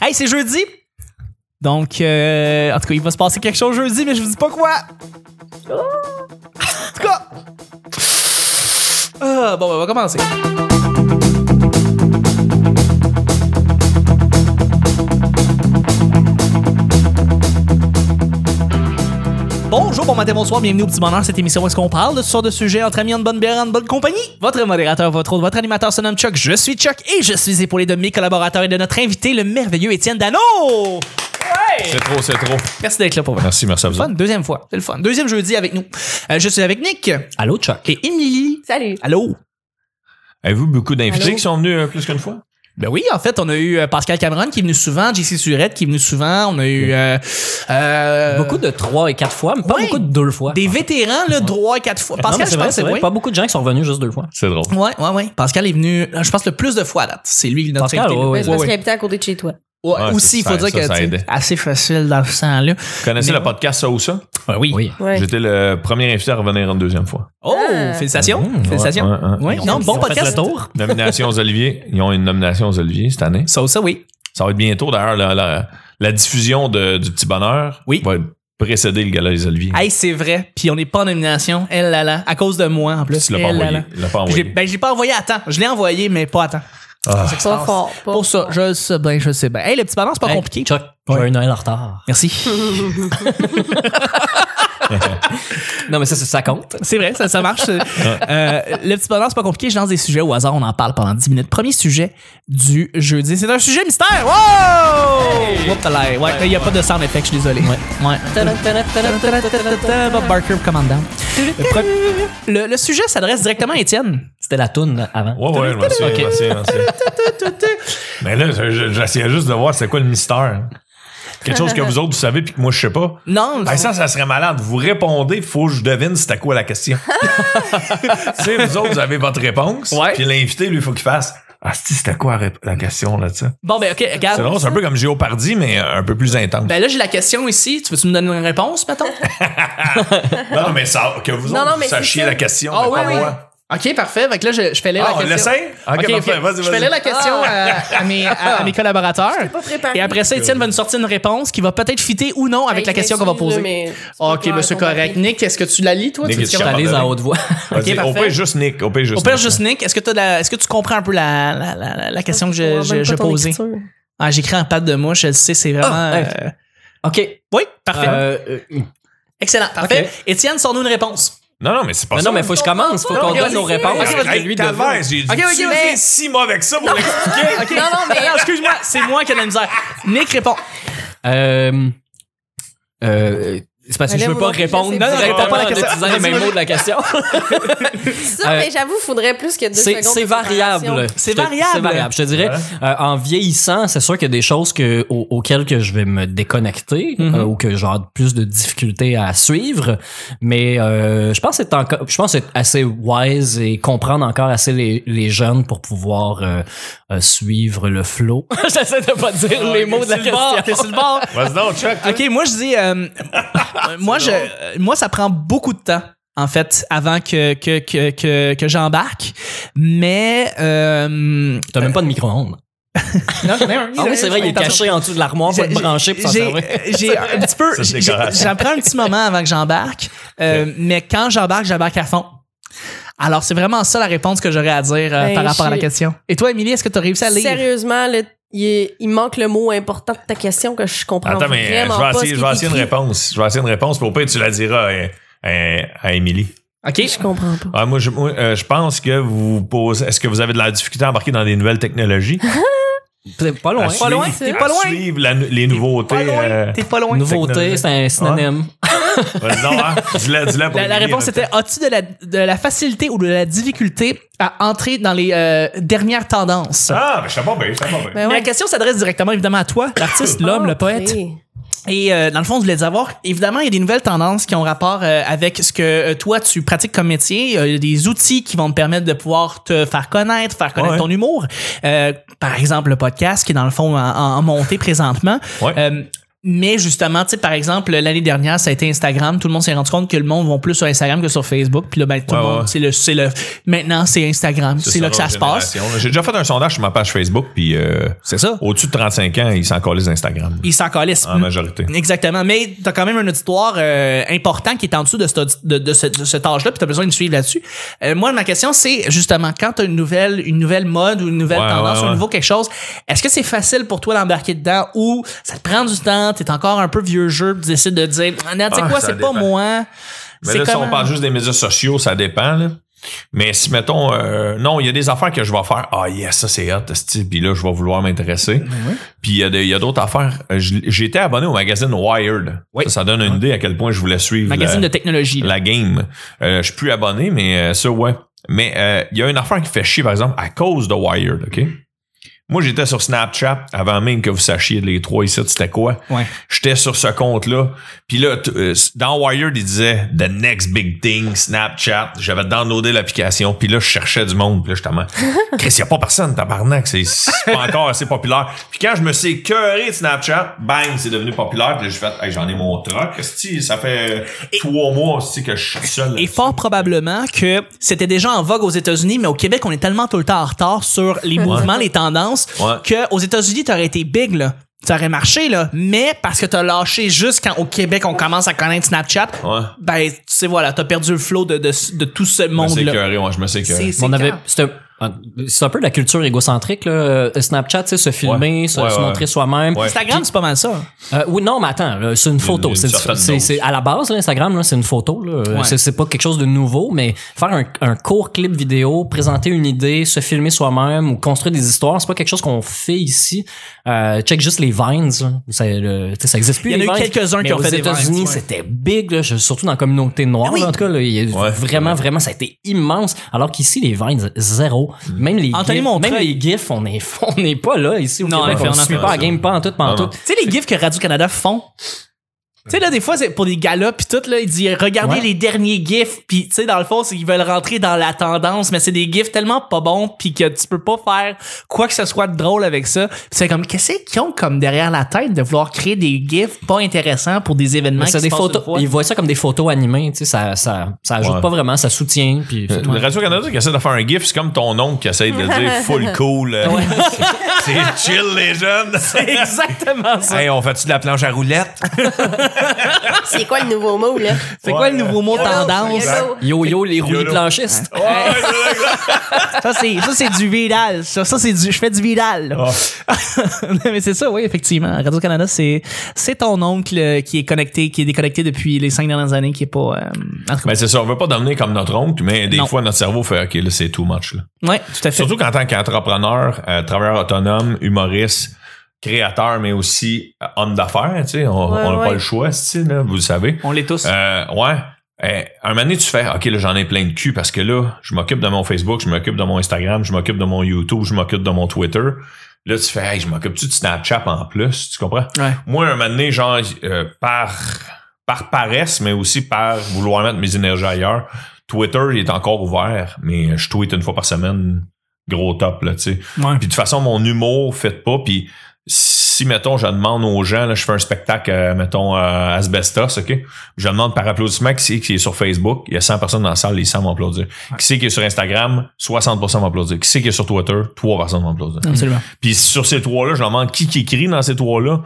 Hey, c'est jeudi! Donc, euh, en tout cas, il va se passer quelque chose jeudi, mais je vous dis pas quoi! en tout cas! Ah, bon, ben, on va commencer. Bonjour, bon matin, bonsoir, bienvenue au Petit Bonheur, cette émission où est-ce qu'on parle de ce genre de sujet entre amis, en bonne bière, en bonne compagnie. Votre modérateur, votre autre, votre animateur se nomme Chuck, je suis Chuck et je suis épaulé de mes collaborateurs et de notre invité, le merveilleux Étienne Dano! C'est trop, c'est trop. Merci d'être là pour vrai. Merci, merci à vous. Fun, deuxième fois, c'est le fun. Deuxième jeudi avec nous. Euh, je suis avec Nick. Allô, Chuck. Et Émilie. Salut. Allô. Avez-vous beaucoup d'invités Allô? qui sont venus euh, plus qu'une fois? Ben oui, en fait, on a eu euh, Pascal Cameron qui est venu souvent, JC Surette qui est venu souvent, on a eu... euh, euh, Beaucoup de 3 et 4 fois, mais pas ouais. beaucoup de 2 fois. Des vétérans, là, droit quatre fois. Non, mais Pascal, c'est je vrai, pense c'est que vrai. oui. Pas beaucoup de gens qui sont revenus juste deux fois. C'est drôle. Ouais, ouais, ouais. Pascal est venu, euh, je pense, le plus de fois à date. C'est lui qui est notre Pascal, invité, là. ouais, Ouais, c'est parce ouais. qu'il habitait à côté de chez toi. Ouais, Ouais, aussi, il faut ça- dire ça, que ça tu sais, aidait. assez facile dans ce temps-là. Vous connaissez le podcast Ça ou Ça? Ah oui. Ouais. J'étais le premier invité à revenir une deuxième fois. Oh, Ah. félicitations, félicitations. Ouais, ouais, ouais. Oui, non, Ils bon ont fait podcast. le tour. Nomination aux Oliviers. Ils ont une nomination aux Oliviers cette année. Ça, ça, oui. Ça va être bientôt, d'ailleurs, la, la- la diffusion de- du Petit Bonheur Oui. va précéder le gala des Oliviers. Hey, c'est vrai. Puis on n'est pas en nomination. Elle, là, là. À cause de moi, en plus. tu l'as pas Eh là, envoyé. là. Tu l'as pas Je l'ai- envoyé. ben, je l'ai pas envoyé à temps. Je l'ai envoyé, mais pas à temps. Ah. C'est que ça Pas passe. fort. pas Pour ça, fort. je le sais bien, je le sais bien. Hey, le petit balance, c'est pas Hey, compliqué. Chuck, Ouais. j'ai un an en retard. Merci. Non, mais ça, ça, ça compte. C'est vrai, ça, ça marche. Euh, le petit bonheur, c'est pas compliqué. Je lance des sujets au hasard. On en parle pendant 10 minutes. Premier sujet du jeudi. C'est un sujet mystère. Wow! Whoop, là, ouais, il n'y a pas de sound effect, je suis désolé. Ouais. Bob Barker, command down. Le, pre- le- le sujet s'adresse directement à Étienne. C'était la toune avant. Ouais, ouais, merci, merci, merci. Mais là, je- j'essayais juste de voir c'est quoi le mystère. Quelque chose que vous autres, vous savez, puis que moi, je sais pas. Non, Hey, Ben, ça, ça serait malade. Vous répondez, faut que je devine c'était quoi la question. tu sais, vous autres, vous avez votre réponse. Ouais. Puis l'invité, lui, il faut qu'il fasse. Ah, si, c'était quoi la rép- la question là-dessus? Ah Bon, ben, OK, C'est regarde. drôle, c'est un peu comme Géopardy, mais un peu plus intense. Ben là, j'ai la question ici. Tu veux-tu me donner une réponse, mettons? non, mais ça, que vous Non, autres, non, vous mais c'est sachiez ça. la question. Ben, Ah, mais ouais, pas ouais. moi. OK, parfait. Fait que là, je, je fais lire Ah, on la question. l'essaye? Ok, OK, parfait, ok. vas-y, Je fais vas-y. lire la question euh, à, à mes, à, à mes collaborateurs. pas préparé. Et après ça, Étienne va nous sortir une réponse qui va peut-être fitter ou non avec Hey, la je question qu'on va m'excuse, poser. Ah, mais c'est pas OK, clair, monsieur compliqué. correct. Nick, est-ce que tu la lis, toi? Nick, tu est-ce que la tu lis? Analyse en haute voix. Vas-y, parfait. Au pire, juste Nick. Au pire, juste Au pire, Nick. juste Nick, est-ce que, t'as la- est-ce que tu comprends un peu la, la, la, la- la question que On je, voit je, même je pas ton posais? écriture. Ah, J'écris en pâte de mouche, je le sais, c'est vraiment... Ah, hey. euh, OK. Oui, parfait. Euh, euh, Excellent, parfait. Étienne, sors-nous une réponse. Non, non, mais c'est pas mais ça. non, mais faut que je commence. Faut Non, qu'on mais donne nos vas-y. réponses. Ok, parce que Hey, lui devine. Tavares, j'ai dit, Ok, ok, tu ok. es si mauvais que ça pour l'expliquer. OK. Non, non, mais... excuse-moi, c'est moi qui ai de la misère. Nick répond. Euh, euh, c'est parce que Allez, je veux vous pas non plus, je répondre sais pas. directement Non, non, non, en non, utilisant vas-y, les mêmes vas-y. mots de la question. Ça, mais j'avoue, il faudrait plus que deux C'est secondes. c'est de préparation. variable. C'est Je te- Euh, variable. C'est variable. Je te dirais, euh, en vieillissant, c'est sûr qu'il y a des choses que, au- auxquelles que je vais me déconnecter Mhm. euh, ou que j'ai plus de difficultés à suivre. Mais euh, je pense que c'est encore, je pense que c'est assez wise et comprendre encore assez les, les jeunes pour pouvoir euh, euh, suivre le flow. J'essaie de pas dire les mots de la T'es Ah sur le bord, question. T'es sur le bord. Vas-y donc, Chuck. toi. OK, moi, je dis... euh, moi, je, euh, moi, ça prend beaucoup de temps, en fait, avant que, que, que, que, que j'embarque. Mais... euh, T'as même pas de micro-ondes. Non, j'en ai un. Ah oui, c'est vrai, il est caché en dessous de l'armoire, faut J'ai- le brancher pour s'en j'ai- euh, servir. J'ai un petit peu. Ça, c'est j'ai- décoration. J'en prends un petit moment avant que j'embarque. euh, Mais quand j'embarque, j'embarque à fond. Alors, c'est vraiment ça la réponse que j'aurais à dire euh, Ben, par rapport à la je- question. Et toi, Émilie, est-ce que tu as réussi à lire? Sérieusement, là, il, est- il manque le mot important de ta question que je comprends Attends, mais euh, vraiment je vais pas essayer, ce je qui vais est essayer une écrit. réponse. Je vais essayer une réponse, puis au pire, tu la diras euh, euh, à Émilie. OK. Je comprends pas. Ah, moi, je, moi, euh, je pense que vous posez. Est-ce que vous avez de la difficulté à embarquer dans des nouvelles technologies? C'est Pas À loin. suivre- loin, c'est à pas loin. Suivre la- les nouveautés. Pas loin. euh, T'es pas loin. Nouveauté, c'est un synonyme. vas-y donc, hein, dis-la, dis-la pour euh. La, la Émilie, réponse en même était as-tu de la, de la facilité ou de la difficulté à entrer dans les euh, dernières tendances? temps. Ah, mais je sais pas bien, je sais pas bien. Ben Mais ouais. Ah, la question s'adresse directement évidemment à toi, l'artiste, l'homme, le poète. Ok. Et euh, dans le fond, on voulait savoir, évidemment, il y a des nouvelles tendances qui ont rapport euh, avec ce que euh, toi, tu pratiques comme métier. Euh, Il y a des outils qui vont te permettre de pouvoir te faire connaître, faire connaître Ouais. ton humour. Euh, par exemple, le podcast qui est dans le fond en, en- en montée présentement. Ouais. Euh, Mais justement, tu sais, par exemple, l'année dernière, ça a été Instagram. Tout le monde s'est rendu compte que le monde va plus sur Instagram que sur Facebook. Puis là, ben, tout le Ouais, monde, ouais. c'est le, c'est le, maintenant, c'est Instagram. C'est là que ça se passe. J'ai déjà fait un sondage sur ma page Facebook, puis euh, C'est ça. Mm. au-dessus de 35 ans, ils s'en collent Instagram. Ils s'en calissent. En majorité. Exactement. Mais t'as quand même un auditoire euh, important qui est en dessous de, cet audi- de, de ce- de cet âge-là, puis t'as besoin de suivre là-dessus. Euh, moi, ma question, c'est justement, quand t'as une nouvelle, une nouvelle mode ou une nouvelle Ouais, tendance ouais, ou un ouais. nouveau quelque chose, est-ce que c'est facile pour toi d'embarquer dedans ou ça te prend du temps, t'es encore un peu vieux jeu, puis tu décides de dire, ah, non, tu sais Ah, quoi, ça c'est pas dépend. moi. Mais C'est là, si comment? on parle juste des médias sociaux, ça dépend. là. Mais si, mettons, euh, non, il y a des affaires que je vais faire. Ah, yes, ça, c'est hot, esti. Puis là, je vais vouloir m'intéresser. Ben Puis il y a des- il y a d'autres affaires. Euh, je- J'ai été abonné au magazine Wired. Ça, ça donne une idée à quel point je voulais suivre Magazine la, de technologie. là. la game. Euh, je suis plus abonné, mais euh, ça, ouais. Mais euh, il y a une affaire qui fait chier, par exemple, à cause de Wired, OK? Moi, j'étais sur Snapchat avant même que vous sachiez les trois ici, c'était quoi. Ouais. J'étais sur ce compte-là. Puis là, t- euh, dans Wired, il disait The next big thing, Snapchat. J'avais downloadé l'application. Puis là, je cherchais du monde. Puis là, justement, Chris, il a pas personne, tabarnak. C'est c'est pas encore assez populaire. Puis quand je me suis écœuré de Snapchat, bang, c'est devenu populaire. Puis là, j'ai fait, hey, j'en ai mon truc. Esti, Ça fait trois mois aussi que je suis seul. Et fort probablement que c'était déjà en vogue aux États-Unis, mais au Québec, on est tellement tout le temps en retard sur les mouvements, les tendances, Ouais. que aux États-Unis, t'aurais été big, là. Ça aurait marché, là. Mais parce que t'as lâché juste quand au Québec, on commence à connaître Snapchat, Ouais. Ben, ben, tu sais, voilà, t'as perdu le flow de, de- de tout ce Je me suis monde-là. écœuré, moi, je me suis écœuré. c'est on avait grave. c'était c'est un peu de la culture égocentrique là euh, Snapchat tu sais se filmer Ouais. se, Ouais, se ouais. montrer soi-même Ouais. Instagram, c'est pas mal ça. Euh, oui non mais attends là, c'est une photo une c'est certaine c'est- dose. c'est- à la base là, Instagram là, c'est une photo là Euh, Ouais. c'est, c'est pas quelque chose de nouveau mais faire un, un court clip vidéo présenter une idée se filmer soi-même ou construire des histoires c'est pas quelque chose qu'on fait ici Euh, check juste les vines là. ça le- tu sais, ça existe plus Il y en les a eu Vines, quelques-uns qui mais ont aux fait des Vines, États-Unis ouais. c'était big là, je- surtout dans la communauté noire Ah oui. là, en tout cas là, il y a Ouais. vraiment vraiment ça a été immense alors qu'ici les vines zéro Mm. même les Anthony gifs, Montreuil. même les gifs on est on n'est pas là ici au Non, Québec en effet, on en suit effet, pas en à effet. game pas en tout pas en Non, tout non. Tu sais, les gifs que Radio-Canada font. Tu sais, là, des fois, c'est pour des galas, puis tout, là, ils disent, regardez Ouais. les derniers gifs, puis tu sais, dans le fond, c'est qu'ils veulent rentrer dans la tendance, mais c'est des gifs tellement pas bons, puis que tu peux pas faire quoi que ce soit de drôle avec ça. Puis c'est comme, qu'est-ce qu'ils ont comme derrière la tête de vouloir créer des gifs pas intéressants pour des événements Mais qui c'est se des passent photos. une fois? Ils voient ça comme des photos animées, tu sais, ça, ça, ça ajoute Ouais. pas vraiment, ça soutient. Puis c'est tout. Le Radio-Canada qui essaie de faire un GIF, c'est comme ton oncle qui essaie de dire full cool. euh, c'est chill les jeunes. C'est exactement ça. Hey, on fait-tu de la planche à roulettes? C'est quoi le nouveau mot, là? C'est quoi le nouveau mot tendance? Yo Yolo. yo les roulis Yolo. planchistes. Ça, c'est, ça, c'est du vidal. Ça, ça, c'est du, je fais du vidal. là. Ah. mais c'est ça, oui, effectivement. Radio-Canada, c'est, c'est ton oncle euh, qui est connecté, qui est déconnecté depuis les cinq dernières années, qui est pas, euh, en tout cas. Mais Ben, c'est ça, on veut pas devenir comme notre oncle, mais des Non. fois, notre cerveau fait OK, là, c'est too much. Là. ouais, tout à fait. Surtout qu'en tant qu'entrepreneur, euh, travailleur autonome, humoriste, créateur, mais aussi euh, homme d'affaires, tu sais, on Ouais, on n'a ouais. pas le choix, style, là, vous le savez. On l'est tous. Euh, ouais. Eh, un moment donné, tu fais, OK, là, j'en ai plein de cul parce que là, je m'occupe de mon Facebook, je m'occupe de mon Instagram, je m'occupe de mon YouTube, je m'occupe de mon Twitter. Là, tu fais, hey, je m'occupe-tu de Snapchat en plus, tu comprends? Ouais. Moi, un moment donné, genre, euh, par, par paresse, mais aussi par vouloir mettre mes énergies ailleurs, Twitter, il est encore ouvert, mais je tweet une fois par semaine, gros top, là, tu sais. Ouais. Puis de toute façon, mon humour fait pas. Puis si, mettons, je demande aux gens, là, je fais un spectacle, euh, mettons, euh, Asbestos, OK? Je demande par applaudissement qui c'est qui est sur Facebook. Il y a 100 personnes dans la salle, les 100 vont applaudir. Qui c'est qui est sur Instagram, 60 vont applaudir. Qui c'est qui est sur Twitter, 3 personnes vont applaudir. Absolument. Puis sur ces trois-là, je leur demande qui, qui écrit dans ces trois-là.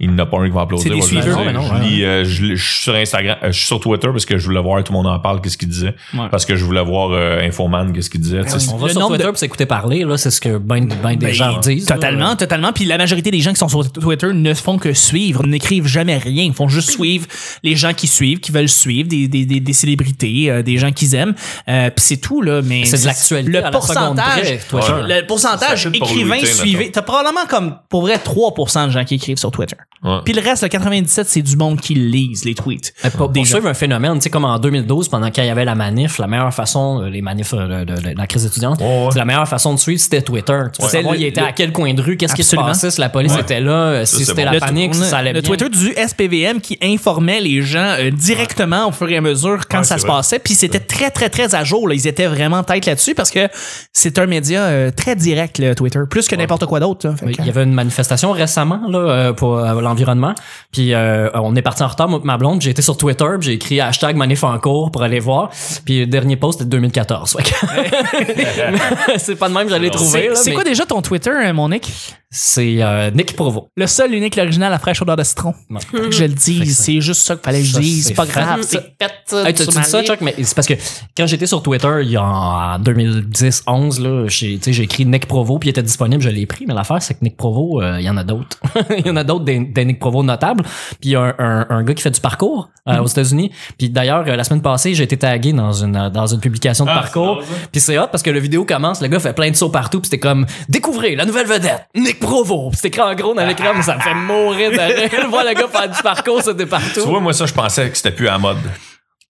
Il n'y en a pas un qui va applaudir. C'est des Moi, je suiveurs, le mais dis, non, je ouais. lis, euh, je lis- je suis sur Instagram, euh, je suis sur Twitter parce que je voulais voir tout le monde en parle, qu'est-ce qu'il disait. Ouais. Parce que je voulais voir euh, Infoman, qu'est-ce qu'il disait. tu sais, On va Le sur nombre Twitter de- pour s'écouter parler, là, c'est ce que ben, ben des Ben, gens disent. là. Totalement, totalement. Puis la majorité des gens qui sont sur Twitter ne font que suivre, n'écrivent jamais rien. Ils font juste suivre les gens qui suivent, qui veulent suivre, des, des, des, des célébrités, euh, des gens qu'ils aiment. Euh, puis c'est tout, là. Mais C'est de l'actualité Le à la seconde pourcentage, près, Twitter. Ouais. le pourcentage Ça fait pour écrivain Louis Vuitton, suivi, t'as probablement comme, pour vrai, 3% de gens qui écrivent sur Twitter. Ouais. Puis le reste, le 97, c'est du monde qui lise les tweets. Euh, Pour, Des pour gens. suivre un phénomène, tu sais, comme en 2012, pendant qu'il y avait la manif, la meilleure façon, euh, les manifs euh, de, de- de la crise étudiante, Ouais, ouais. c'est la meilleure façon de suivre, c'était Twitter. Tu peux Ouais. savoir, il était Le- à quel coin de rue, qu'est-ce qui se Absolument. passait, si la police Ouais. était là, euh, si c'est c'était bon. la panique, si ça allait le bien. Twitter du SPVM qui informait les gens euh, directement au fur et à mesure quand Ouais, ça c'est se vrai. passait. Puis c'était très, très, très à jour. là. Ils étaient vraiment tête là-dessus parce que c'est un média euh, très direct, le Twitter, plus que n'importe quoi d'autre. là. Fait que, Il y avait une manifestation récemment là, euh, pour euh, l'environnement. Puis euh, on est parti en retard, moi et ma blonde. J'ai été sur Twitter, puis j'ai écrit hashtag manif en cours pour aller voir. Puis le dernier post était de 2014. Fait que- c'est pas de même que j'allais C'est- trouver. C'est là, c'est mais quoi déjà ton Twitter, euh, mon Nick? C'est euh, Nick Provo. Le seul, l'unique, l'original, la fraîche odeur de citron. Ouais. Faut que je le Fait que dise, ça- c'est juste ça qu'il fallait que je ça, dise. C'est c'est pas fait. grave. Mm. c'est fait, Hey, tu tu tu dis m'as ça, dit. Chuck, mais c'est parce que quand j'étais sur Twitter il y a- en 2010-11, là, j'ai tu sais, j'ai écrit Nick Provo, puis il était disponible, je l'ai pris, mais l'affaire, c'est que Nick Provo, euh, il y en a d'autres. il y en a d'autres des, des Nick Provo notables, puis il y a un, un- un gars qui fait du parcours euh, Mm-hmm. aux États-Unis, puis d'ailleurs, euh, la semaine passée, j'ai été tagué dans une, euh, dans une publication de Ah, parcours, c'est drôle, ça. puis c'est hot parce que le vidéo commence, le gars fait plein de sauts partout, puis c'était comme « Découvrez la nouvelle vedette, Nick Provo! » Puis c'était écrit en gros dans l'écran, mais ça me fait mourir de rire, voir le gars faire du parcours, c'était partout. Tu vois, moi, ça, je pensais que c'était plus à la mode.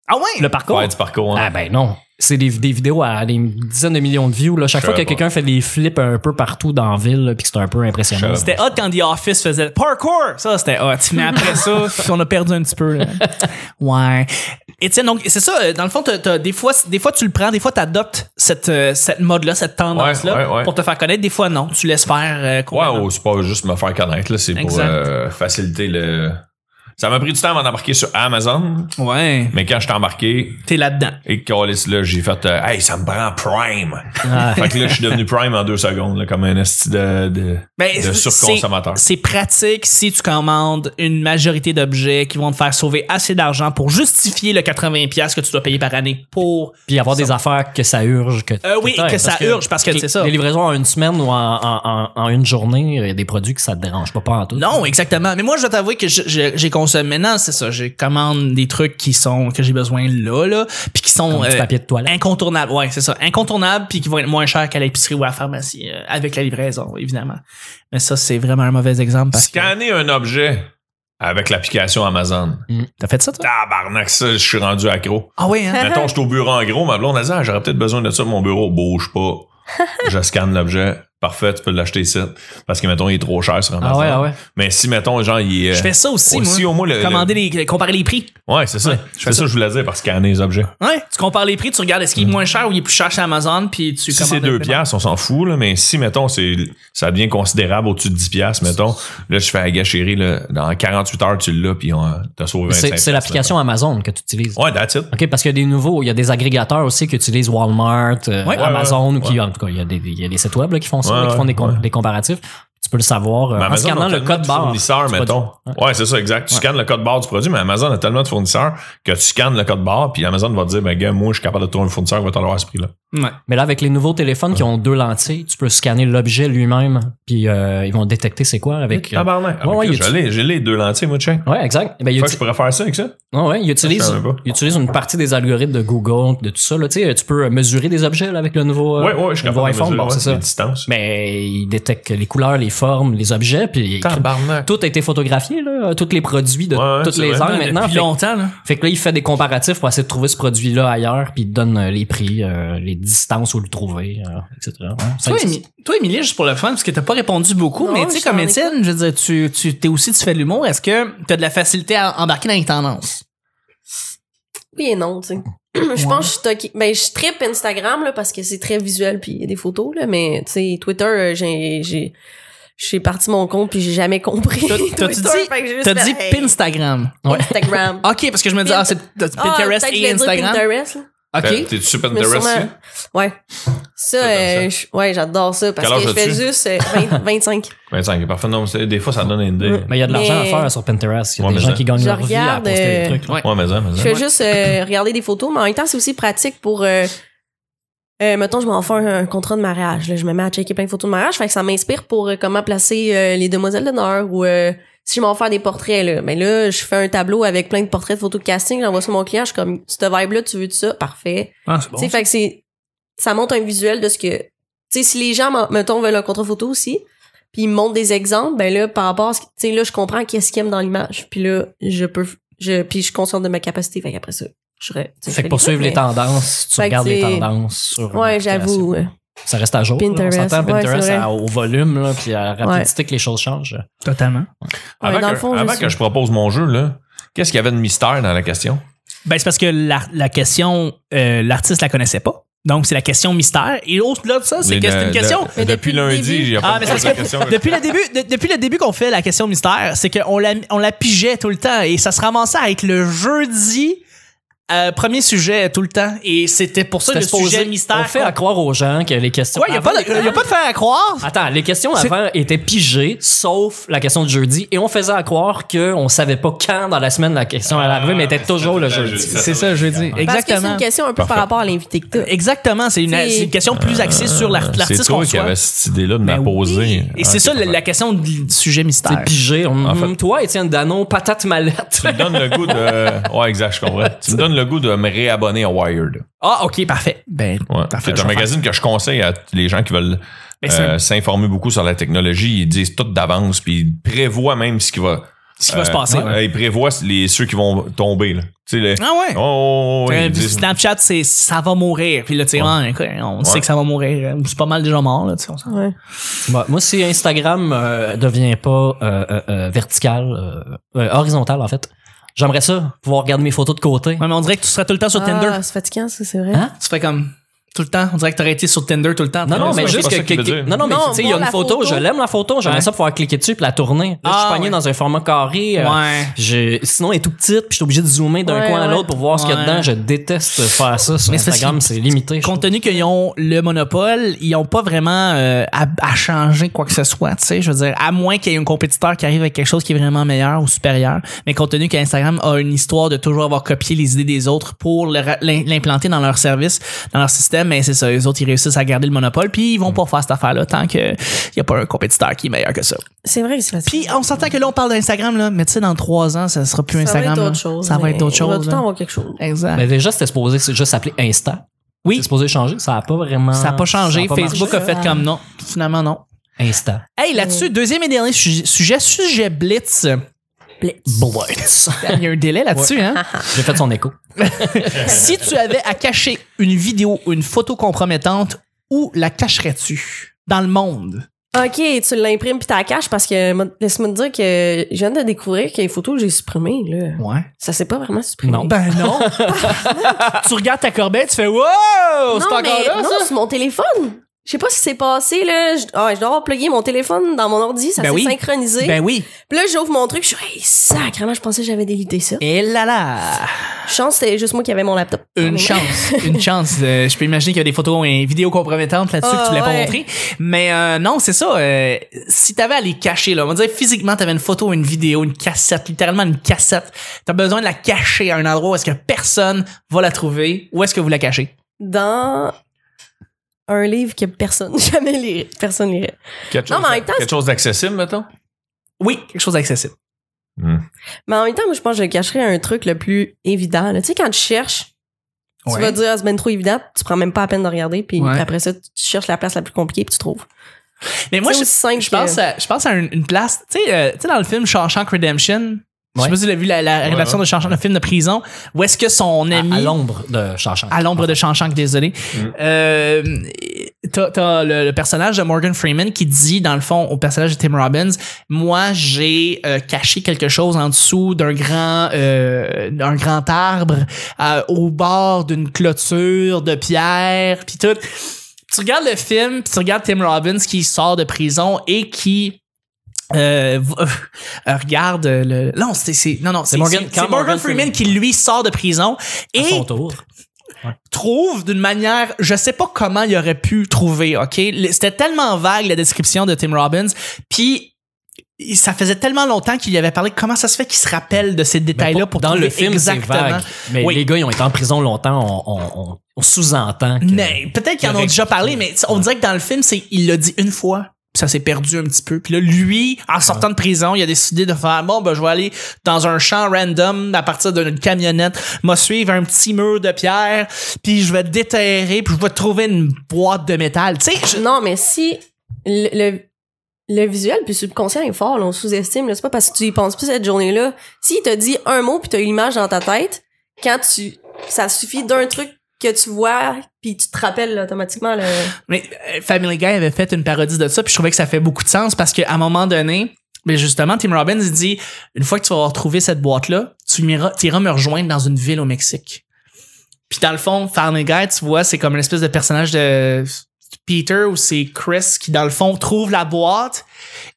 Ah ouais? le parcours? Faire du parcours. hein. Ah ben non. C'est des, des vidéos à des dizaines de millions de views. Là. Chaque Je fois que savais pas. quelqu'un fait des flips un peu partout dans la ville, là, puis que c'est un peu impressionnant. Je savais C'était hot quand The Office faisait le parkour. Ça, c'était hot. Mais après ça, on a perdu un petit peu. là. Ouais. Et tiens, donc, c'est ça. euh, Dans le fond, t'as- t'as- des, fois, des fois, tu le prends, des fois, tu adoptes cette, euh, cette mode-là, cette tendance-là Ouais, ouais, ouais. pour te faire connaître. Des fois, non. Tu laisses faire. euh, Ouais, complètement. oh, c'est pas juste me faire connaître, là, c'est pour Exact. euh, faciliter le. Ça m'a pris du temps avant d'embarquer sur Amazon, ouais. mais quand je suis embarqué, T'es là-dedans. et câlisse, là, j'ai fait euh, Hey, ça me prend Prime! Fait que là, je suis devenu Prime en deux secondes, là, comme un esti de, de, Ben, de surconsommateur. c'est- C'est pratique si tu commandes une majorité d'objets qui vont te faire sauver assez d'argent pour justifier le 80$ que tu dois payer par année pour. Puis avoir des affaires que ça urge. Que Euh, oui, Putain, que ça urge, parce que c'est ça. Les livraisons en une semaine ou en, en- en- en une journée, il y a des produits que ça te dérange pas, pas en tout. Non, exactement. Mais moi, je vais t'avouer que je- je- j'ai consommé. Maintenant, c'est ça. Je commande des trucs qui sont que j'ai besoin là, là, puis qui sont euh, Comme du papier de toilette. incontournables. Ouais, c'est ça, incontournables, puis qui vont être moins chers qu'à l'épicerie ou à la pharmacie euh, avec la livraison, évidemment. Mais ça, c'est vraiment un mauvais exemple parce que Scanner un objet avec l'application Amazon. t'as fait ça toi. Tabarnak, ça, je suis rendu accro. Ah oui, hein. Mettons, je suis au bureau en gros, ma blonde a dit Ah, j'aurais peut-être besoin de ça, mon bureau bouge pas. je scanne l'objet. Parfait, tu peux l'acheter ici. Parce que, mettons, il est trop cher sur Amazon. Ah ouais, ah ouais. Mais si, mettons, genre, il est. euh, Je fais ça aussi, Aussi, euh, moi. au moins, le- Commander les, comparer les prix. Ouais, c'est ça. je fais ça, je voulais dire, par scanner les objets. Ouais, tu compares les prix, tu regardes est-ce qu'il est moins cher ou il est plus cher chez Amazon, puis tu Si commandes. c'est un deux paiement. piastres, on s'en fout, là, mais si, mettons, c'est, ça devient considérable au-dessus de 10 piastres, mettons, là, je fais à gâcherie, là, dans 48 heures, tu l'as, puis on- t'as sauvé 25 C'est c'est piastres, l'application Amazon que tu utilises. là. Ouais, that's it. OK, parce qu'il y a des nouveaux, il y a des agrégateurs aussi qui utilisent Walmart, euh, Ouais. Amazon, ou qui, Ouais. en tout cas, il y, a des, il y a des sites web là, qui font ça, Ouais, là, qui font des, com- ouais. des comparatifs. Tu peux le savoir euh, Mais en Amazon scannant a le tellement code de barre. fournisseurs, du mettons. produit. Ouais, c'est ça, exact. Tu scannes le code barre du produit, mais Amazon a tellement de fournisseurs que tu scannes le code barre, puis Amazon va te dire, ben, gars, moi, je suis capable de trouver un fournisseur qui va t'en avoir à ce prix-là. Ouais. Mais là, avec les nouveaux téléphones qui ont deux lentilles, tu peux scanner l'objet lui-même, puis euh, ils vont détecter c'est quoi avec. euh, bah. Tabarnak. Ah, Ouais, mais ouais, Chris, il y a- je l'ai- J'ai les deux lentilles, moi, tiens. Ouais, exact. Ben, ils, Fait que uti- je pourrais faire ça avec ça. ouais, ouais, ils utilisent, savais pas. ils utilisent une partie des algorithmes de Google, de tout ça. Là. Tu sais, tu peux euh, mesurer des objets là, avec le nouveau, euh, Ouais, ouais, je suis le nouveau capable de iPhone. mesurer Bon, ouais, c'est ça. les distances. Mais ils détectent les couleurs, les formes, les objets, puis Tabarnak. tout a été photographié, là, tous les produits de Ouais, ouais, toutes c'est les vrai. heures Ouais, maintenant. depuis Fait- longtemps, là. Fait que là, il fait des comparatifs pour essayer de trouver ce produit-là ailleurs, puis il te donne euh, les prix, euh, les distances où le trouver, euh, etc. Ouais, ça Toi, existe. Émi- toi, Émilie, juste pour le fun, parce que t'as pas répondu beaucoup, Non, mais tu sais, je comme t'en Étienne, je veux dire, tu, tu t'es aussi, tu fais de l'humour. Est-ce que t'as de la facilité à embarquer dans les tendances? Oui et non, tu sais. je pense que je suis toquée- Ben, je trippe Instagram, là, parce que c'est très visuel, puis il y a des photos, là, mais, tu sais, Twitter, euh, j'ai, j'ai, j'ai parti mon compte, puis j'ai jamais compris. T'as- t'as-tu Twitter, dit- fait que j'ai juste T'as fait, dit hey, Pinstagram. Instagram. OK, parce que je me dis, ah, c'est t'as dit Ah, Pinterest peut-être je et vais dire Instagram. Pinterest, là. OK. T'es super Mais intéressé? sûrement- Ouais. T'aimes ça? Ça, euh, je- ouais, j'adore ça parce Quel âge que je fais as-tu? juste euh, 20 25. 25, parfait. Non, mais Ben, c'est- des fois, ça donne une idée. Mais il y a de Mais- l'argent à faire sur Pinterest. Il y a Ouais, des mais gens ça- qui gagnent Je leur vie à regarde, poster des euh, trucs. là. Ouais. Ouais, mais ça, mais Je ça. fais juste euh, regarder des photos, mais en même temps, c'est aussi pratique pour. Euh, euh, mettons, je m'en fais un, un contrat de mariage. Là, je me mets à checker plein de photos de mariage. Fait que ça m'inspire pour euh, comment placer euh, les demoiselles d'honneur ou euh, si je m'en fais des portraits. Là. Mais là, je fais un tableau avec plein de portraits de photos de casting. J'envoie ça à mon client. Je suis comme, cette vibe-là, tu veux de ça? Parfait. Ah, c'est bon. Tu sais, fait que c'est. Ça montre un visuel de ce que. Tu sais, si les gens, m'en- mettons, veulent un contrat photo aussi, puis ils me montrent des exemples, ben là, par rapport à ce que- Tu sais, là, je comprends qu'est-ce qu'ils aiment dans l'image. Puis là, je peux. Je, puis je suis consciente de ma capacité. Fait qu'après ça, je serais. tu sais, je Fait fais que pour des suivre trucs, les tendances, tu Fait que regardes les c'est- tendances sur. mais- Ouais, l'application. j'avoue. euh, Ça reste à jour. là, on Pinterest, s'entend ouais, Pinterest c'est vrai. à- au volume, là, puis à la rapidité que les choses changent. Totalement. Avant, Ouais, dans que, le fond, avant je que suis- je propose mon jeu, là, qu'est-ce qu'il y avait de mystère dans la question? Ben, c'est parce que la, la question, euh, l'artiste la connaissait pas. Donc, c'est la question mystère. Et au-delà de ça, c'est Mais que c'est de- une question. de- depuis depuis le lundi, début. il n'y a pas Ah, mais de c'est parce la que question. depuis le début, de- depuis le début qu'on fait la question mystère, c'est qu'on la, on la pigeait tout le temps et ça se ramassait à être le jeudi euh, premier sujet tout le temps et c'était pour ça le C'était supposé- sujet mystère. On fait à croire aux gens que les Ah, questions. Quoi, y a avant pas de, y a pas de faire à croire. Attends, les questions C'est- avant étaient pigées, sauf la question de jeudi, et on faisait à croire qu'on savait pas quand dans la semaine la question allait arriver, mais était toujours Ah, le jeudi. C'est ça, je Euh, veux dire. Parce que c'est Exactement. une question un peu par rapport à l'invité que t'as. Exactement, c'est une, C'est- c'est une question plus axée sur l'art- Euh, C'est l'artiste qu'on toi qui soit. avais cette idée-là de me la Ben poser. oui. Et Ah, c'est ok, ça la, la question du du sujet mystère. C'est pigé. on- En fait- Hum, Toi, Étienne Danon, patate mallette. Tu me donnes le goût de. Ouais, exact, je comprends. tu me donnes le goût de me réabonner à Wired. Ah, ok, parfait. Ben, Ouais. parfait, C'est je vais faire un magazine que je conseille à t- les gens qui veulent Ben, c'est euh, s'informer beaucoup sur la technologie. Ils disent tout d'avance, puis ils prévoient même ce qui va. ce qui va se euh, passer. ouais, Ils prévoient les, ceux qui vont tomber. Là. Tu sais, les- Ah ouais. Oh, oh, oh, Euh, ils disent- Snapchat, c'est ça va mourir. Puis là, tu sais, Ouais. ah, écoute, on Ouais. sait que ça va mourir. hein, ou C'est pas mal déjà mort, là, tu sais, on s'en- Ouais. Moi, moi, si Instagram euh, devient pas euh, euh, euh, vertical, euh, euh, horizontal en fait, j'aimerais ça pouvoir regarder mes photos de côté. Ouais, mais on dirait que tu serais tout le temps sur Tinder. Ah, c'est fatigant, ça, c'est vrai. Hein? Tu fais comme tout le temps. On dirait que t'aurais été sur Tinder tout le temps. Non, non, Ouais, mais c'est juste pas que. ça qu'il que- veut que- dire. non, non, mais Non, tu sais, il y a voir une la photo, photo. je l'aime la photo, j'aimerais Ouais. ça pouvoir cliquer dessus puis la tourner. Là, je Ah, suis pogné ouais. dans un format carré. euh, Ouais. j'ai- sinon, elle est tout petite, puis je suis obligé de zoomer d'un Ouais, coin à ouais. l'autre pour voir ce qu'il y a Ouais. dedans. Je déteste faire ça sur Mais ceci- Instagram, c'est limité. je Compte tenu qu'ils ont le monopole, ils ont pas vraiment euh, à, à changer quoi que ce soit, tu sais. Je veux dire, à moins qu'il y ait un compétiteur qui arrive avec quelque chose qui est vraiment meilleur ou supérieur. Mais compte tenu qu'Instagram a une histoire de toujours avoir copié les idées des autres pour le ra- l'im- l'implanter dans leur service, dans leur système, mais c'est ça, les autres, ils réussissent à garder le monopole, puis ils vont pas faire cette affaire-là tant qu'il y a pas un compétiteur qui est meilleur que ça. C'est vrai que c'est fatigant. Puis on s'entend que là, on parle d'Instagram, là, mais tu sais, dans trois ans, ça sera plus ah, Instagram. ça va être là. autre chose. Ça va mais être d'autres On va tout choses. le temps là. avoir quelque chose. Exact. Mais déjà, c'était supposé c'est juste s'appeler Insta. Oui. C'est supposé changer. Ça a pas vraiment. ça n'a pas changé. ça a pas Facebook marché. a fait comme non. Finalement, non. Insta. Mm. Hey, là-dessus, deuxième et dernier su- sujet, sujet Blitz. Blitz. Il y a un délai là-dessus, hein? J'ai fait son écho. Si tu avais à cacher une vidéo ou une photo compromettante, où la cacherais-tu? Dans le monde. OK, tu l'imprimes puis t'as la caches parce que moi, laisse-moi te dire que je viens de découvrir qu'il y a des photos que j'ai supprimées. Là. Ouais. Ça s'est pas vraiment supprimé. Non. Ben non. tu regardes ta corbeille, tu fais Wow! C'est Non, encore mais- là, non, ça? c'est mon téléphone. Je sais pas ce qui s'est passé, là. Je, ah, je dois avoir plugué mon téléphone dans mon ordi, ça Ben s'est oui. synchronisé. Ben oui. Puis là, j'ouvre mon truc, je suis, hey, sacrément, je pensais que j'avais délité ça. Et là là. Chance, c'était juste moi qui avais mon laptop. Une Mais- chance, une chance. Euh, je peux imaginer qu'il y a des photos et vidéos compromettantes là-dessus que Ah, tu voulais pas ouais. montrer. Mais euh, non, c'est ça. euh, si t'avais à les cacher, là, on va dire physiquement, t'avais une photo, une vidéo, une cassette, littéralement une cassette. T'as besoin de la cacher à un endroit où est-ce que personne va la trouver. Où est-ce que vous la cachez? Dans un livre que personne, jamais lirait. Personne lirait. Quelque Non, chose- mais en même temps, quelque chose d'accessible, mettons. Hmm. Oui, quelque chose d'accessible. Mais en même temps, moi, je pense que je cacherais un truc le plus évident. là. Tu sais, quand tu cherches, tu Ouais. vas dire, ah, c'est ben trop évident, tu prends même pas la peine de regarder, puis Ouais. après ça, tu cherches la place la plus compliquée, puis tu trouves. Mais moi, C'est je, aussi simple je pense, que- à, je pense à une, une place. Tu sais, euh, tu sais, dans le film Shawshank Redemption, je sais Ouais. pas si vous avez vu la, la rédaction de Shawshank, le film de prison, où est-ce que son À, ami. à l'ombre de Chachan. à l'ombre de Shawshank, désolé. Mm. Euh, t'as, t'as le, le personnage de Morgan Freeman qui dit, dans le fond, au personnage de Tim Robbins, moi, j'ai euh, caché quelque chose en dessous d'un grand, euh, d'un grand arbre euh, au bord d'une clôture de pierre, puis tout. Tu regardes le film, puis tu regardes Tim Robbins qui sort de prison et qui euh, v- euh, regarde le non c'est c'est non non c'est Morgan- c'est quand Morgan Morgan Freeman Freeman- qui lui sort de prison À et son tour. trouve d'une manière, je sais pas comment il aurait pu trouver, ok? Le- C'était tellement vague la description de Tim Robbins, puis il- ça faisait tellement longtemps qu'il y avait parlé. Comment ça se fait qu'il se rappelle de ces Mais détails-là pas- pour dans trouver le film, c'est exactement? vague. Mais Oui. les gars, ils ont été en prison longtemps. On, on- on- on sous-entend. que- Mais peut-être qu'ils en ont Correct. déjà parlé, mais on dirait que dans le film, c'est il l'a dit une fois. puis Ça s'est perdu un petit peu. Puis là, lui, en sortant de prison, il a décidé de faire bon, ben, je vais aller dans un champ random à partir d'une camionnette, m'a suivre un petit mur de pierre, puis je vais déterrer, puis je vais trouver une boîte de métal. Tu sais, je- Non, mais si le, le, le visuel puis le subconscient est fort, là, on sous-estime. là. C'est pas parce que tu y penses plus cette journée-là. S'il te dit un mot puis t'as eu l'image dans ta tête, quand tu. Ça suffit d'un truc que tu vois puis tu te rappelles là, automatiquement. Le... Mais euh, Family Guy avait fait une parodie de ça, puis je trouvais que ça fait beaucoup de sens parce qu'à un moment donné, mais justement, Tim Robbins il dit une fois que tu vas avoir trouvé cette boîte-là, tu iras, tu iras me rejoindre dans une ville au Mexique. Puis dans le fond, Family Guy, tu vois, c'est comme l'espèce de personnage de Peter ou c'est Chris qui, dans le fond, trouve la boîte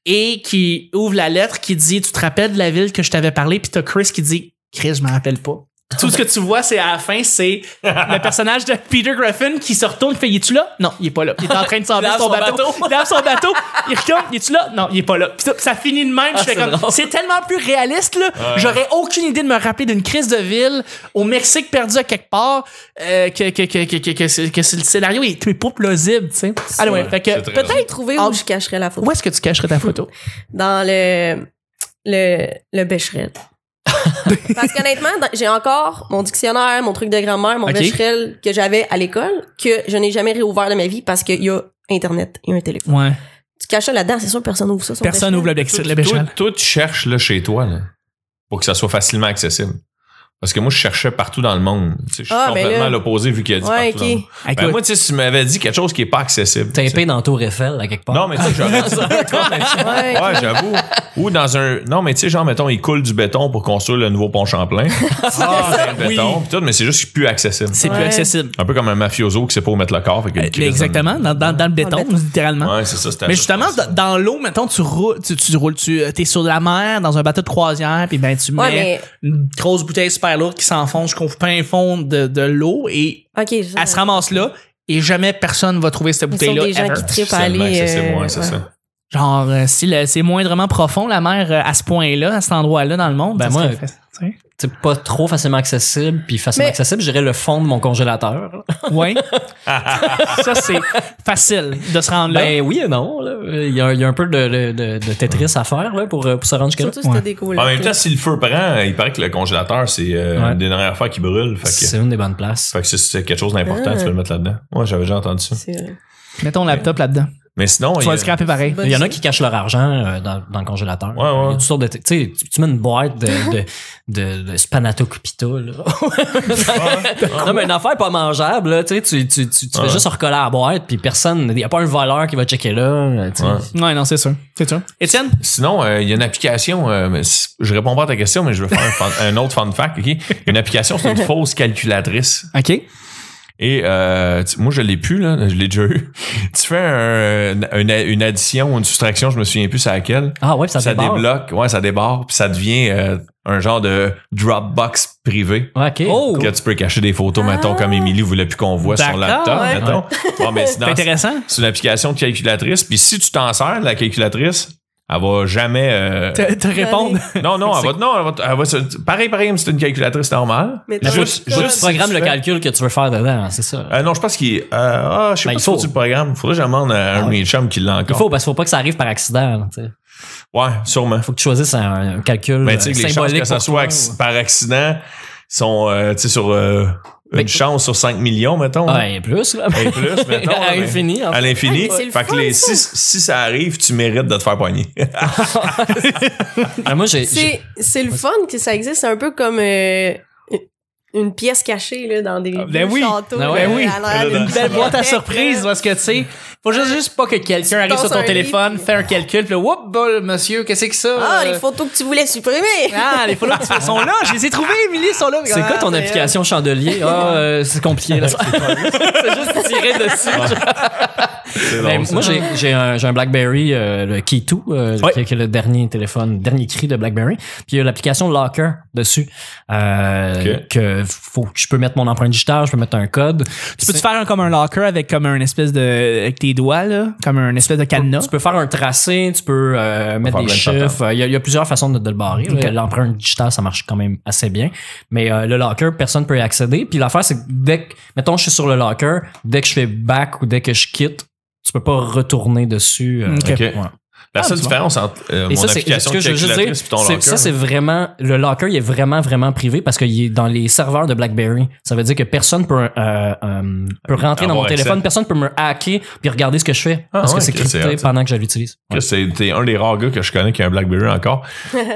et qui ouvre la lettre qui dit Tu te rappelles de la ville que je t'avais parlé? Puis t'as Chris qui dit Chris, je m'en rappelle pas. Tout ce que tu vois, c'est à la fin, c'est le personnage de Peter Griffin qui se retourne, il fait, es-tu là? Non, il est pas là. Il est en train de s'enlever Dans son, son bateau. bateau. Dans son bateau, il recommence, es-tu là? Non, il est pas là. Puis ça, ça finit de Ah, même. je fais c'est comme, drôle. c'est tellement plus réaliste, là. J'aurais aucune idée de me rappeler d'une crise de ville au Mexique perdu à quelque part, euh, que, que, que, que, que, que c'est- que c'est- le scénario est, est pas plausible, tu sais. Ah ouais, vrai, fait que, c'est très peut-être, vrai. Peut-être trouver Ah. où je cacherais la photo. où est-ce que tu cacherais ta photo? Dans le, le, le Becherel. Parce qu'honnêtement, dans- j'ai encore mon dictionnaire, mon truc de grammaire, mon Ok. Becherel que j'avais à l'école, que je n'ai jamais réouvert de ma vie parce qu'il y a Internet et un téléphone. Ouais. Tu caches ça là-dedans, c'est sûr, personne n'ouvre ça. son Personne Becherel. n'ouvre le Tout, Becherel. Le tout, Becherel. tout, tu cherches là, chez toi là, pour que ça soit facilement accessible. Parce que moi, je cherchais partout dans le monde. Tu sais, je suis Ah, ben complètement là. à l'opposé vu qu'il y a dit Ouais, partout ok. dans le monde. Ben, Écoute, moi, tu sais, si tu m'avais dit quelque chose qui est pas accessible. tu sais. Tapé dans Tour Eiffel, à quelque part. Non, mais tu sais, j'aurais dit- Ouais. Ouais, j'avoue. Ou dans un. Non, mais tu sais, genre, mettons, il coule du béton pour construire le nouveau pont Champlain. ah, c'est oui. béton, pis tout, mais c'est juste plus accessible. c'est plus Ouais. accessible. Un peu comme un mafioso qui sait pas où mettre le corps. Fait qu'il y a une crise Euh, Exactement, dans, dans, dans le béton, béton. littéralement. dans- Ouais, c'est ça, c'était Mais ça, justement, je pense. dans, dans l'eau, mettons, tu roules, tu, tu roules, tu euh, t'es sur de la mer, dans un bateau de croisière, puis ben tu mets Ouais, mais- une grosse bouteille super lourde qui s'enfonce jusqu'au fin fond de, de l'eau et Ok, je sais. elle se ramasse là et jamais personne va trouver cette Ils sont bouteille-là. des gens ever. qui trippent à Seulement aller. accessible, euh, ouais, c'est ouais. ça. Genre, euh, si le- c'est moindrement profond, la mer, euh, à ce point-là, à cet endroit-là dans le monde, Ben ça serait moi, fait- tu C'est pas trop facilement accessible, puis facilement Mais- accessible, je dirais le fond de mon congélateur. sais. Ouais. ça, c'est facile de se rendre là. Ben oui et non. là. Il y, a, il y a un peu de, de- de- de Tetris à faire là, pour, euh, pour se rendre jusqu'à là. Surtout si t'as Ouais. des cool. En même temps, si le feu prend, il paraît que le congélateur, c'est euh, Ouais. une des dernières fois qui brûle. Fait que, C'est une des bonnes places. fait que si c'est quelque chose d'important, Ah. tu peux le mettre là-dedans. Ouais, j'avais déjà entendu ça. euh, Mets ton Ben, laptop là-dedans. oh, Mais sinon, Tu il y vas a- le scraper pareil. Bonne Il y en a idée. qui cachent leur argent euh, dans, dans le congélateur. Ouais, ouais. Il y a toutes sortes de. Tu sais, tu- tu mets une boîte de, de, de, de Spanato Cupita, là. non, mais une affaire pas mangeable, là. Tu sais, tu, tu, tu, tu fais Ouais. juste recoller à la boîte, puis personne. Il n'y a pas un voleur qui va checker là. euh, tu sais. Ouais. Ouais, non, c'est sûr. C'est sûr. Étienne? Sinon, euh, il y a une application, euh, mais c- je réponds pas à ta question, mais je veux faire un, fun- un autre fun fact. ok? Il y a Une application, c'est une fausse calculatrice. OK. Et euh, tu- moi, je l'ai plus, là, je l'ai déjà eu. Tu fais un- une, une addition ou une soustraction, je me souviens plus c'est laquelle. Ah ouais, puis ça, ça débarre. débloque, ouais, ça débarre, puis ça devient euh, un genre de Dropbox privé. Ouais, ok. Oh! Que tu peux cacher des photos, Ah. mettons, comme Émilie voulait plus qu'on voit sur D'accord, laptop, ouais. mettons. Bon, mais C'est sinon, c'est- intéressant. c'est une application de calculatrice. Puis si tu t'en sers de la calculatrice, elle va jamais. euh, Te, te répondre. Non, non, elle va, non, elle va, elle va se- pareil, pareil, comme si c'était une calculatrice normale. Mais t'as- Faut que si tu programmes tu le fais- calcul que tu veux faire dedans, c'est ça. Euh, non, je pense qu'il. euh, ah, je sais Ben, pas il si faut faut. Ah tu le programme. Faudrait que je demande à un de mes chums qui l'a encore. Il faut, parce qu'il faut pas que ça arrive par accident. là, tu sais. Ouais, sûrement. Faut que tu choisisses un, un calcul Mais euh, Ben, tu sais, que les chances symbolique. que ça pour soit toi, acc- par accident sont, euh, tu sais, sur euh, une Mais- chance sur 5 millions, mettons. ou- hein. Ben, Ouais, Ah, plus, là. Et plus, mettons. À hein, mais- l'infini, en À fait. l'infini. Ah, mais c'est le fait que fun, les, si, si ça arrive, tu mérites de te faire poigner. Ah, moi, j'ai. j'ai- C'est c'est le fun que ça existe. C'est un peu comme euh, une pièce cachée là, dans des Ben vieux oui. châteaux. Ben là, Ben oui. à l'arrière Une d'une belle boîte à bibliothèque, surprise là. parce que tu sais faut juste, juste pas que quelqu'un arrive sur Danse ton un téléphone livre. fait un calcul puis là, whoop bol, monsieur qu'est-ce que c'est que ça Ah, euh? les photos que tu voulais supprimer. ah les photos qui sont là je les ai trouvées Émilie sont là Ah, C'est quoi ton application chandelier? Ah, euh, c'est compliqué, là. c'est juste tirer dessus. C'est Mais drôle, ça. Ben, moi, j'ai, j'ai, un, j'ai un BlackBerry, euh, le Key 2, euh, qui, qui est le dernier téléphone, dernier cri de BlackBerry. Puis il y a l'application Locker dessus. Euh, Ok. que faut, je peux mettre mon empreinte digitale, je peux mettre un code. tu peux te faire un, comme un locker avec comme un espèce de avec tes doigts là comme un espèce de cadenas Tu peux faire un tracé, tu peux euh, mettre faire plein des de chiffres. Euh, Il y, a- il y a plusieurs façons de, de le barrer. là. Ok. L'empreinte digitale, ça marche quand même assez bien. Mais euh, le locker, personne peut y accéder. Puis l'affaire, c'est que dès que, mettons, je suis sur le locker, dès que je fais back ou dès que je quitte, tu peux pas retourner dessus. euh, Ok. Ok. La Ah, seule c'est bon. différence entre euh, Et mon ça, c'est ce application que de je veux juste dire. calculatrice et ton c'est- locker. Ça, c'est vraiment. Le locker, il est vraiment, vraiment privé parce qu'il est dans les serveurs de BlackBerry. Ça veut dire que personne peut, euh, euh, peut rentrer dans mon Avoir accès. téléphone, personne peut me hacker puis regarder ce que je fais Ah, parce ouais, que c'est ok, c'est crypté hot, ça. pendant que je l'utilise. Chris, c'est- T'es un des rares gars que je connais qui a un BlackBerry encore,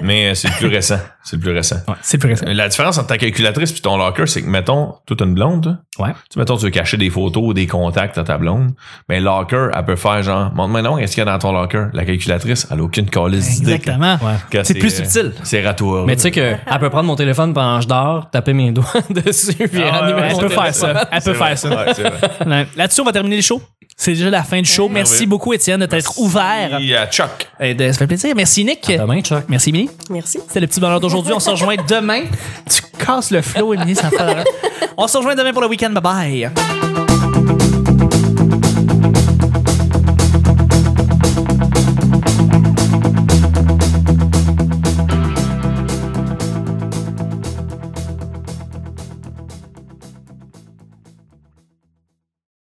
mais euh, c'est le plus récent. C'est le plus récent. c'est plus récent La différence entre ta calculatrice et ton locker, c'est que, mettons, toi, t'as une blonde, toi? Ouais. Tu sais, mettons, tu veux cacher des photos ou des contacts à ta blonde. Mais locker, elle peut faire genre, montre-moi non, qu'est-ce qu'il y a dans ton locker? La calculatrice, elle a aucune calice d'idée que- Exactement. Ouais. que C'est plus euh, subtil. C'est ratoire. Mais tu sais qu'elle peut prendre mon téléphone pendant que je dors, taper mes doigts dessus, puis Ah, animer ouais, ouais, mon Elle peut faire téléphone. ça. Elle peut faire ça. Ouais, c'est vrai. euh, Ouais. Là-dessus, on va terminer le show. C'est déjà la fin du show. Merci oui. beaucoup, Étienne, de t'être ouvert. Et, euh, Chuck. Et de- Ça fait plaisir. Merci, Nick. À demain, Chuck. Merci, Émilie. Merci. C'était le petit bonheur d'aujourd'hui. On se rejoint demain. Tu casses le flow, Émilie, ça fait- On se rejoint demain pour le week-end. Bye bye.